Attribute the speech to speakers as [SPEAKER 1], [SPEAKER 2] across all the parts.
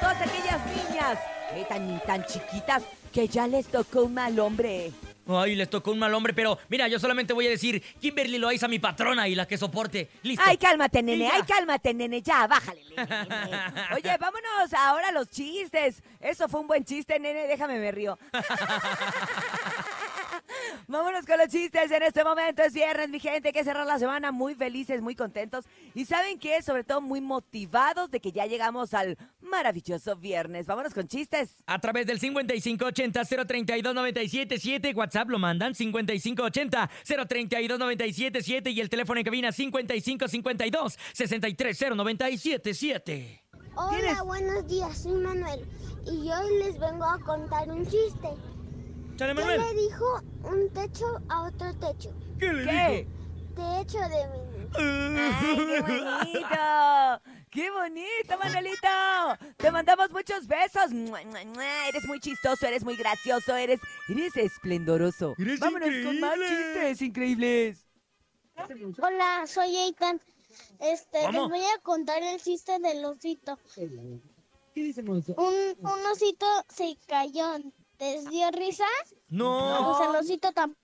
[SPEAKER 1] todas aquellas niñas, eh, tan, tan chiquitas, que ya les tocó un mal hombre.
[SPEAKER 2] Ay, les tocó un mal hombre, pero mira, yo solamente voy a decir Kimberly Loaiza, mi patrona y la que soporte. Listo.
[SPEAKER 1] Ay, cálmate, nene,
[SPEAKER 2] ya.
[SPEAKER 1] ay, cálmate, nene, ya, bájale, nene. Oye, vámonos ahora a los chistes. Eso fue un buen chiste, nene, déjame, me río. Vámonos con los chistes en este momento. Es viernes, mi gente. Hay que cerrar la semana muy felices, muy contentos. Y saben qué, sobre todo muy motivados de que ya llegamos al maravilloso viernes. Vámonos con chistes.
[SPEAKER 2] A través del 5580-032-977, WhatsApp lo mandan 5580-032-977 y el teléfono en cabina 5552-630977.
[SPEAKER 3] Hola,
[SPEAKER 1] ¿Tienes?
[SPEAKER 3] buenos días, soy Manuel y yo les vengo a contar un chiste.
[SPEAKER 2] Chale,
[SPEAKER 3] ¿Qué
[SPEAKER 2] Manuel.
[SPEAKER 3] le dijo un techo a otro techo?
[SPEAKER 2] ¿Qué le
[SPEAKER 1] ¿Qué?
[SPEAKER 3] Techo de mí.
[SPEAKER 1] ¡Ay, qué bonito! ¡Qué bonito, Manuelito! Te mandamos muchos besos. ¡Mua, mua, mua! Eres muy chistoso, eres muy gracioso, eres, eres esplendoroso.
[SPEAKER 2] Eres
[SPEAKER 1] Vámonos con más
[SPEAKER 2] increíble.
[SPEAKER 1] chistes increíbles.
[SPEAKER 3] Hola, soy Eitan. Este,
[SPEAKER 2] ¿Cómo?
[SPEAKER 3] les voy a contar el chiste del osito. Un, un osito se cayó, ¿les dio risa?
[SPEAKER 2] No.
[SPEAKER 3] Pues el osito tampoco.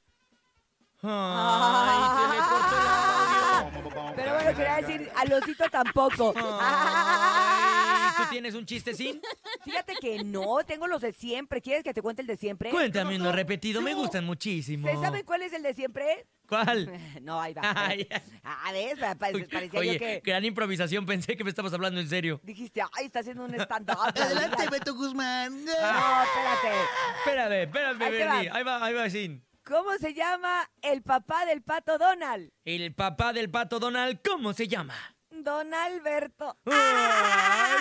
[SPEAKER 2] Ay, se le cortó el audio.
[SPEAKER 1] Pero bueno, quería decir, al osito tampoco.
[SPEAKER 2] Ay, ¿Tú tienes un chiste sin?
[SPEAKER 1] Fíjate que no, tengo los de siempre. ¿Quieres que te cuente el de siempre?
[SPEAKER 2] Cuéntame lo repetido, me gustan muchísimo.
[SPEAKER 1] ¿Se saben cuál es el de siempre?
[SPEAKER 2] ¿Cuál?
[SPEAKER 1] No, ahí va.
[SPEAKER 2] Ay.
[SPEAKER 1] A ver, pa- pa- parecía yo
[SPEAKER 2] Oye,
[SPEAKER 1] que
[SPEAKER 2] gran improvisación, pensé que me estabas hablando en serio.
[SPEAKER 1] dijiste, ay, está haciendo un stand-up. la
[SPEAKER 4] Adelante,
[SPEAKER 1] verdad.
[SPEAKER 4] Beto Guzmán.
[SPEAKER 1] No, espérate.
[SPEAKER 2] Espérame, espérame,
[SPEAKER 1] Ahí te
[SPEAKER 2] Bernie.
[SPEAKER 1] va.
[SPEAKER 2] Ahí va, ahí va, sin.
[SPEAKER 1] ¿Cómo se llama el papá del pato Donald?
[SPEAKER 2] El papá del pato Donald, ¿cómo se llama?
[SPEAKER 1] Don Alberto.
[SPEAKER 2] Oh,
[SPEAKER 1] ¡Ah!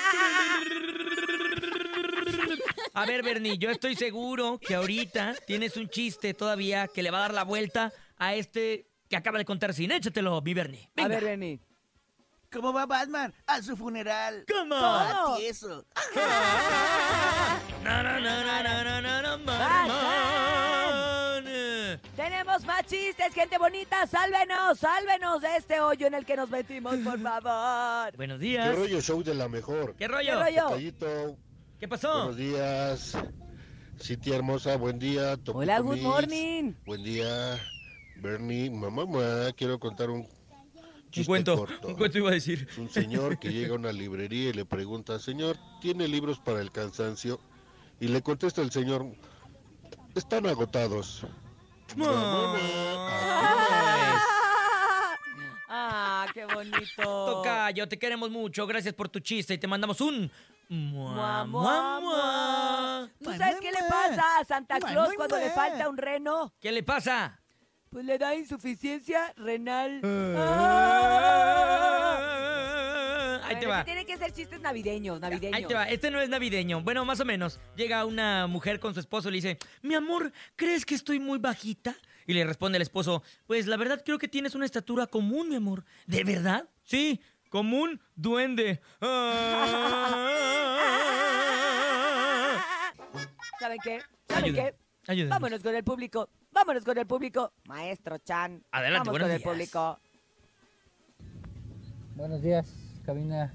[SPEAKER 2] A ver, Bernie, yo estoy seguro que ahorita tienes un chiste todavía que le va a dar la vuelta a este que acaba de contar sin. Échatelo, mi Bernie.
[SPEAKER 1] A
[SPEAKER 2] Venga.
[SPEAKER 1] ver, Benny.
[SPEAKER 4] ¿Cómo va Batman? A su funeral.
[SPEAKER 2] ¿Cómo?
[SPEAKER 4] Todo Ah, tieso.
[SPEAKER 2] Na, na, na, na, na, na, na, na,
[SPEAKER 1] Batman.
[SPEAKER 2] man.
[SPEAKER 1] Tenemos más chistes, gente bonita. Sálvenos, sálvenos de este hoyo en el que nos metimos, por favor.
[SPEAKER 2] Buenos
[SPEAKER 5] ¿Qué
[SPEAKER 2] días.
[SPEAKER 5] rollo show de la mejor?
[SPEAKER 2] ¿Qué
[SPEAKER 1] ¿Qué
[SPEAKER 2] rollo?
[SPEAKER 1] rollo?
[SPEAKER 5] Tallito,
[SPEAKER 2] ¿Qué pasó?
[SPEAKER 5] buenos días. Cintia hermosa, buen día. Topo
[SPEAKER 1] Hola, good
[SPEAKER 5] Mix,
[SPEAKER 1] morning.
[SPEAKER 5] Buen día. Bernie, mamá, mamá, quiero contar un chiste
[SPEAKER 2] Un cuento,
[SPEAKER 5] corto.
[SPEAKER 2] un cuento iba a decir.
[SPEAKER 5] Es un señor que llega a una librería y le pregunta, señor, ¿tiene libros para el cansancio? Y le contesta el señor, están agotados.
[SPEAKER 2] Ay.
[SPEAKER 1] Ah, qué bonito.
[SPEAKER 2] Tocayo, te queremos mucho. Gracias por tu chiste y te mandamos un.
[SPEAKER 1] Mua, mua,
[SPEAKER 2] Mua, mua,
[SPEAKER 1] mua.
[SPEAKER 2] mua.
[SPEAKER 1] ¿Tú sabes qué le pasa a Santa Claus cuando le falta un reno?
[SPEAKER 2] ¿Qué le pasa?
[SPEAKER 1] Pues le da insuficiencia renal.
[SPEAKER 4] Eh.
[SPEAKER 1] Ah.
[SPEAKER 2] Ahí te
[SPEAKER 1] Bueno, sí
[SPEAKER 2] va.
[SPEAKER 1] Tienen que ser chistes navideños, navideños. Ah,
[SPEAKER 2] Ahí te va. Ah. Este no es navideño. Bueno, más o menos. Llega una mujer con su esposo y le dice: Mi amor, ¿crees que estoy muy bajita? Y le responde el esposo: Pues la verdad creo que tienes una estatura común, mi amor. ¿De verdad? Sí, común duende. Ah.
[SPEAKER 1] ¿Saben qué? ¿Saben
[SPEAKER 2] Ayuda.
[SPEAKER 1] qué?
[SPEAKER 2] Ayúdanos.
[SPEAKER 1] Vámonos con el público. Vámonos con el público. Maestro Chan.
[SPEAKER 2] Adelante,
[SPEAKER 1] Vamos
[SPEAKER 2] buenos
[SPEAKER 1] con el
[SPEAKER 2] días.
[SPEAKER 1] público.
[SPEAKER 6] Buenos días, cabina.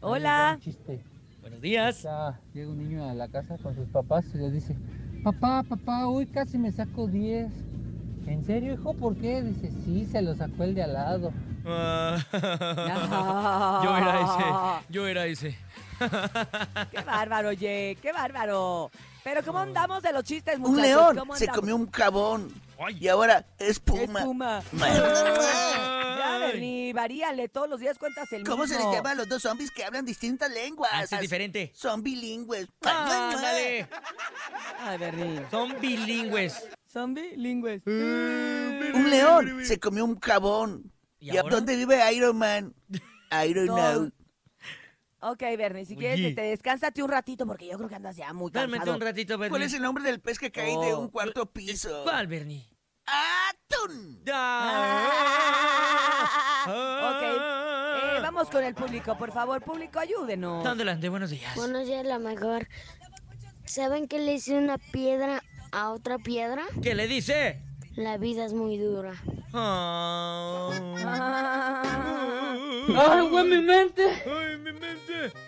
[SPEAKER 1] Hola.
[SPEAKER 6] Un chiste.
[SPEAKER 2] Buenos días.
[SPEAKER 6] Está- llega un niño a la casa con sus papás y les dice, papá, papá, hoy casi me saco 10. ¿En serio, hijo? ¿Por qué? Dice, sí, se lo sacó el de al lado.
[SPEAKER 2] yo era ese. Yo era ese.
[SPEAKER 1] Qué bárbaro, oye. Qué bárbaro. Pero ¿cómo andamos de los chistes, muchachos?
[SPEAKER 4] Un león
[SPEAKER 1] ¿Cómo
[SPEAKER 4] se
[SPEAKER 1] andamos?
[SPEAKER 4] comió un cabón.
[SPEAKER 2] Ay.
[SPEAKER 4] Y ahora es puma.
[SPEAKER 1] espuma. Ya, Bernie, varíale. Todos los días cuentas el
[SPEAKER 4] ¿Cómo se
[SPEAKER 1] mismo.
[SPEAKER 4] les llama a los dos zombies que hablan distintas lenguas?
[SPEAKER 2] Ah, sí, es diferente.
[SPEAKER 4] Son bilingües.
[SPEAKER 2] Ándale.
[SPEAKER 1] Ay, Bernie.
[SPEAKER 2] Son bilingües.
[SPEAKER 1] Zombie lingües.
[SPEAKER 4] Un león se comió un cabón.
[SPEAKER 2] ¿Y
[SPEAKER 4] ¿Y, a
[SPEAKER 2] ahora?
[SPEAKER 4] dónde vive Iron Man? I don't
[SPEAKER 1] No.
[SPEAKER 4] know.
[SPEAKER 1] Ok, Bernie, si quieres,
[SPEAKER 2] Oye.
[SPEAKER 1] este, descánsate un ratito porque yo creo que andas ya muy
[SPEAKER 2] Cálmate
[SPEAKER 1] cansado.
[SPEAKER 2] un ratito, Bernie.
[SPEAKER 4] ¿Cuál es el nombre del pez que cae de un cuarto piso?
[SPEAKER 2] Pues Oh. ¿Cuál, Bernie?
[SPEAKER 4] ¡Atún!
[SPEAKER 1] Ok, Ah. eh, vamos con el público, por favor, público, ayúdenos.
[SPEAKER 2] Tan adelante, buenos días.
[SPEAKER 3] Buenos días, la mejor. ¿Saben que le hice una piedra a otra piedra?
[SPEAKER 2] ¿Qué le dice?
[SPEAKER 3] La vida es muy dura.
[SPEAKER 2] Ah.
[SPEAKER 1] Ah.
[SPEAKER 6] ¡Ay, güey, mi mente!
[SPEAKER 2] Ay, mi mente.